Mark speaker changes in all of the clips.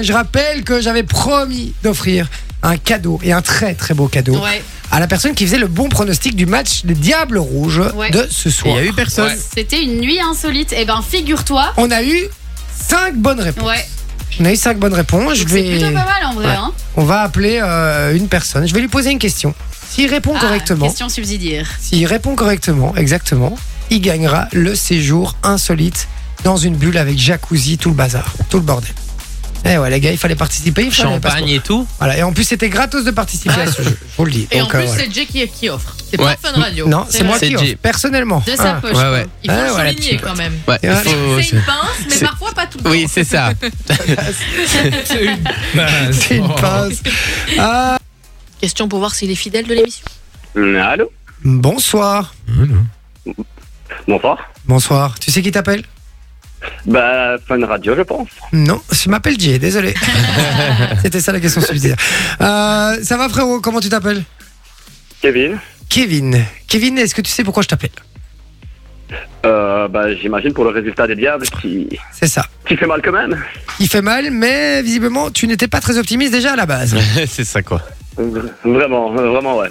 Speaker 1: Je rappelle que j'avais promis d'offrir un cadeau et un très très beau cadeau
Speaker 2: Ouais,
Speaker 1: à la personne qui faisait le bon pronostic du match des Diables Rouges
Speaker 2: Ouais.
Speaker 1: de ce
Speaker 3: Il
Speaker 1: soir.
Speaker 3: n'y a eu personne.
Speaker 2: c'était une nuit insolite. Eh ben, figure-toi.
Speaker 1: On a eu 5 bonnes réponses.
Speaker 2: Ouais,
Speaker 1: On a eu 5 bonnes réponses. Je
Speaker 2: donc c'est
Speaker 1: vais...
Speaker 2: plutôt pas mal en vrai.
Speaker 1: Ouais.
Speaker 2: Hein.
Speaker 1: On va appeler euh, une personne. Je vais lui poser une question. S'il répond
Speaker 2: Ah,
Speaker 1: correctement,
Speaker 2: question subsidiaire.
Speaker 1: s'il répond correctement, exactement, il gagnera le séjour insolite dans une bulle avec jacuzzi, tout le bazar, tout le bordel. Eh ouais, les gars, il fallait participer. Il fallait parce que-
Speaker 3: Champagne et tout.
Speaker 1: Voilà, et en plus c'était gratos de participer à ce jeu, je vous le dis.
Speaker 4: Et
Speaker 1: Donc,
Speaker 4: en
Speaker 1: euh,
Speaker 4: plus,
Speaker 1: voilà.
Speaker 4: c'est Jay qui, qui offre. C'est
Speaker 3: Ouais.
Speaker 4: pas Fun Radio.
Speaker 1: Non, c'est
Speaker 4: vrai.
Speaker 1: moi
Speaker 3: vrai.
Speaker 1: qui
Speaker 3: C'est
Speaker 1: offre,
Speaker 3: Jay.
Speaker 1: personnellement.
Speaker 2: De sa
Speaker 1: Hein.
Speaker 2: poche.
Speaker 3: ouais,
Speaker 2: quoi.
Speaker 3: ouais.
Speaker 4: Il faut
Speaker 1: Ah,
Speaker 4: le
Speaker 1: voilà,
Speaker 4: souligner
Speaker 1: petite
Speaker 4: quand même.
Speaker 3: Ouais, il
Speaker 1: Ouais.
Speaker 3: faut-
Speaker 4: C'est une pince, mais
Speaker 3: Oh, c'est-
Speaker 4: parfois pas tout le temps.
Speaker 3: Oui, c'est ça.
Speaker 4: c'est une
Speaker 1: C'est une pince. Ah,
Speaker 4: question pour voir s'il est fidèle de l'émission.
Speaker 5: Allô
Speaker 1: bonsoir.
Speaker 5: Bonsoir.
Speaker 1: Bonsoir. Tu sais qui t'appelle
Speaker 5: Bah, Fun Radio, je pense.
Speaker 1: Non, je m'appelle Jay, désolé. C'était ça la question subsidiaire. Euh, ça va frérot, comment tu t'appelles
Speaker 5: Kevin.
Speaker 1: Kevin. Kevin, est-ce que tu sais pourquoi je t'appelle
Speaker 5: Euh, bah, j'imagine pour le résultat des diables qui,
Speaker 1: C'est ça.
Speaker 5: qui fait mal quand même.
Speaker 1: Il fait mal, mais visiblement, tu n'étais pas très optimiste déjà à la base.
Speaker 3: C'est ça quoi.
Speaker 5: Vr- Vraiment, euh, vraiment, ouais.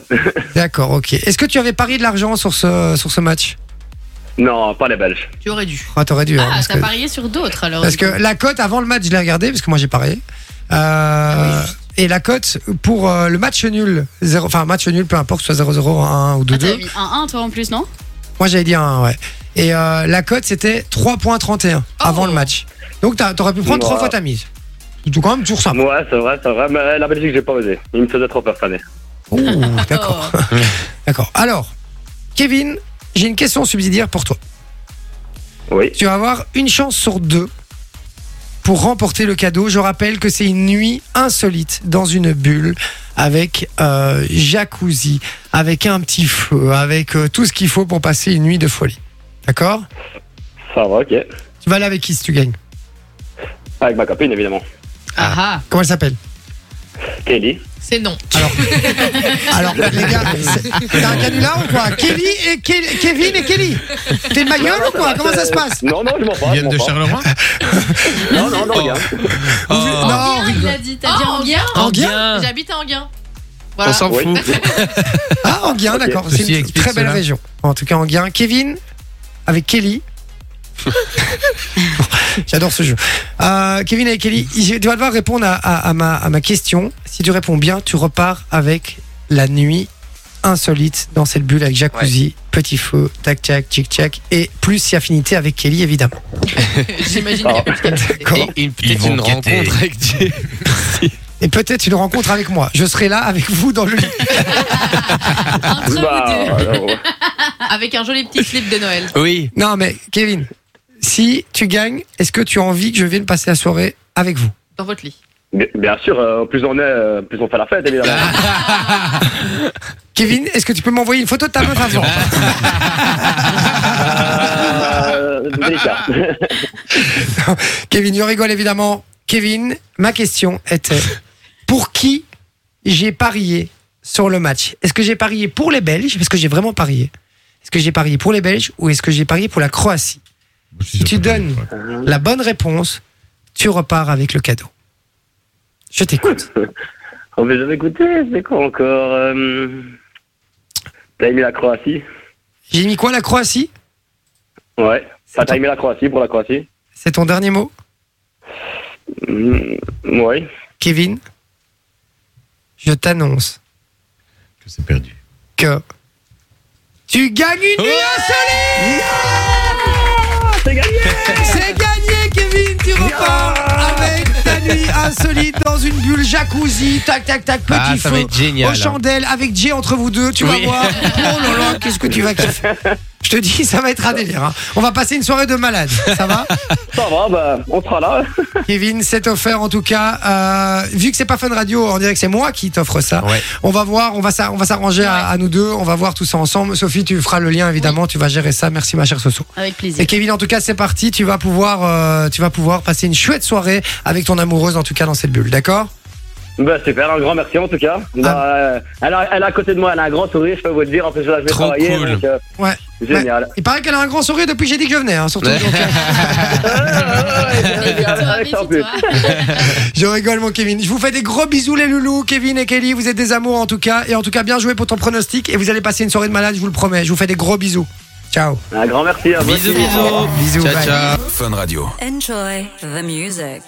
Speaker 1: D'accord, ok. Est-ce que tu avais parié de l'argent sur ce, sur ce match
Speaker 5: Non, pas les Belges.
Speaker 4: Tu aurais dû.
Speaker 1: Ah, t'aurais dû. hein,
Speaker 2: Ah,
Speaker 1: parce
Speaker 2: t'as
Speaker 1: que-
Speaker 2: parié sur d'autres alors.
Speaker 1: Parce
Speaker 2: du
Speaker 1: que
Speaker 2: coup.
Speaker 1: la cote, avant le match, je l'ai regardé, parce que moi j'ai parié. Euh, et la cote pour euh, le match nul, zéro- enfin match nul, peu importe, soit 0-0, 1 ou
Speaker 2: Ah, t'as
Speaker 1: 2-2.
Speaker 2: mis un 1 toi en plus, non
Speaker 1: moi j'avais dit 1, ouais. Et euh, la cote c'était 3.31 avant le match. Donc t'as- t'aurais pu prendre
Speaker 5: Ouais.
Speaker 1: 3 fois ta mise. C'est quand même toujours ça.
Speaker 3: Ah.
Speaker 5: Ouais, c'est vrai, c'est vrai. Mais la Belgique, j'ai pas osé. Il me faisait trop peur cette année.
Speaker 1: Ouh, Oh, D'accord.
Speaker 4: Oh.
Speaker 1: D'accord. Alors, Kevin, j'ai une question subsidiaire pour toi.
Speaker 5: Oui.
Speaker 1: Tu vas avoir une chance sur deux pour remporter le cadeau. Je rappelle que c'est une nuit insolite dans une bulle avec euh, jacuzzi, avec un petit feu, avec euh, tout ce qu'il faut pour passer une nuit de folie. D'accord
Speaker 5: Ça va, ok.
Speaker 1: Tu vas aller avec qui si tu gagnes
Speaker 5: Avec ma copine, évidemment.
Speaker 4: Ah ah,
Speaker 1: Comment elle s'appelle
Speaker 5: Kelly.
Speaker 4: c'est non.
Speaker 1: Alors, les gars, c'est- t'as un canular ou quoi Kelly et Ke- Kevin et Kelly T'es de ma gueule ou quoi Comment ça se passe
Speaker 5: Non, non, je m'en
Speaker 3: Ils
Speaker 5: parle.
Speaker 3: viennent de Charleroi
Speaker 5: Non, non, non,
Speaker 3: Oh.
Speaker 5: regarde.
Speaker 3: Oh,
Speaker 1: Non,
Speaker 2: Enghien, il a dit. T'as dit
Speaker 4: Ah,
Speaker 2: Enghien
Speaker 3: en bien.
Speaker 4: J'habite à Anguin.
Speaker 3: On
Speaker 4: Voilà.
Speaker 3: s'en
Speaker 5: Oui.
Speaker 3: fout.
Speaker 1: Ah, Anguien,
Speaker 5: Ok.
Speaker 1: d'accord.
Speaker 3: Ceci
Speaker 1: C'est une
Speaker 3: explique
Speaker 1: très belle
Speaker 3: cela.
Speaker 1: région. En tout cas, Anguien. Kevin, avec Kelly. J'adore ce jeu. Euh, Kevin avec Kelly, je- tu vas devoir répondre à, à- à ma, à ma question. Si tu réponds bien, tu repars avec la nuit insolite dans cette bulle avec jacuzzi, petit feu, tac-tac, tic-tac, et plus si affinité avec Kelly, évidemment.
Speaker 4: J'imagine qu'il y a plus qu'à me
Speaker 1: D'accord.
Speaker 3: Et, et peut-être
Speaker 6: vont
Speaker 3: une
Speaker 6: quêter.
Speaker 3: rencontre avec Dieu.
Speaker 1: Et peut-être une rencontre avec moi. Je serai là avec vous dans le lit.
Speaker 2: Entre vous deux.
Speaker 5: Bah, alors, ouais.
Speaker 4: Avec un joli petit slip de Noël.
Speaker 3: Oui.
Speaker 1: Non, mais Kevin, si tu gagnes, est-ce que tu as envie que je vienne passer la soirée avec vous
Speaker 4: Dans votre lit.
Speaker 5: Bien- Bien sûr, euh, plus on est, euh, plus on fait la fête, évidemment.
Speaker 1: Kevin, est-ce que tu peux m'envoyer une photo de ta meuf avant
Speaker 5: Euh, délicat.
Speaker 1: Kevin, je rigole évidemment. Kevin, ma question était pour qui j'ai parié sur le match Est-ce que j'ai parié pour les Belges Parce que j'ai vraiment parié. Est-ce que j'ai parié pour les Belges ou est-ce que j'ai parié pour la Croatie Si tu donnes la bonne réponse, tu repars avec le cadeau. Je t'écoute.
Speaker 5: On va jamais goûter, c'est quoi encore euh, T'as aimé la Croatie
Speaker 1: J'ai mis quoi la Croatie
Speaker 5: Ouais. Ah,
Speaker 1: C'est
Speaker 5: T'as
Speaker 1: ton,
Speaker 5: aimé la Croatie pour la Croatie
Speaker 1: c'est ton dernier mot,
Speaker 5: Mm, Oui. Ouais.
Speaker 1: Kevin Je t'annonce
Speaker 6: que c'est perdu.
Speaker 1: que tu gagnes une nuit insolite
Speaker 5: C'est gagné
Speaker 1: C'est gagné, Kevin. Tu repars avec ta nuit insolite dans une bulle jacuzzi. Tac, tac, tac, petit
Speaker 3: Ah, ça va
Speaker 1: feu.
Speaker 3: être
Speaker 1: Aux
Speaker 3: génial.
Speaker 1: chandelles avec Jay entre vous deux. Tu
Speaker 3: Oui.
Speaker 1: vas voir. Oh là là, qu'est-ce que tu vas kiffer. Je te dis, ça va être un délire. hein. On va passer une soirée de malade. Ça va
Speaker 5: Ça va, bah, on sera là.
Speaker 1: Kevin, c'est offert en tout cas. Euh, vu que c'est pas Fun Radio, on dirait que c'est moi qui t'offre ça.
Speaker 3: Ouais.
Speaker 1: On va voir, on va, s'a- on va s'arranger à, à nous deux. On va voir tout ça ensemble. Sophie, tu feras le lien évidemment. Tu vas gérer ça. Merci ma chère Soso.
Speaker 2: Avec plaisir.
Speaker 1: Et Kevin, en tout cas, c'est parti. Tu vas pouvoir, euh, tu vas pouvoir passer une chouette soirée avec ton amoureuse, en tout cas, dans cette bulle, d'accord
Speaker 5: Bah super, un grand merci en tout cas.
Speaker 3: Ah.
Speaker 5: Bah, euh, elle, a, elle est à côté de moi, elle a un grand sourire, je peux vous le dire. En plus, là, je vais
Speaker 3: Trop
Speaker 5: travailler.
Speaker 3: cool.
Speaker 5: donc, euh,
Speaker 1: Ouais.
Speaker 5: Génial.
Speaker 1: Il paraît qu'elle a un grand sourire depuis que j'ai dit que je venais, hein, surtout. Donc, euh,
Speaker 2: Méfie-toi,
Speaker 5: Ouais, en Ah, plus.
Speaker 2: méfie-toi.
Speaker 1: je rigole, mon Kevin. Je vous fais des gros bisous, les loulous. Kevin et Kelly, vous êtes des amours en tout cas. Et en tout cas, bien joué pour ton pronostic. Et vous allez passer une soirée de malade, je vous le promets. Je vous fais des gros bisous. Ciao.
Speaker 5: Un grand merci à vous.
Speaker 3: Bisous,
Speaker 5: aussi.
Speaker 3: bisous.
Speaker 1: Bisous,
Speaker 3: Ciao,
Speaker 1: bye.
Speaker 3: ciao.
Speaker 7: Fun Radio.
Speaker 8: Enjoy the music.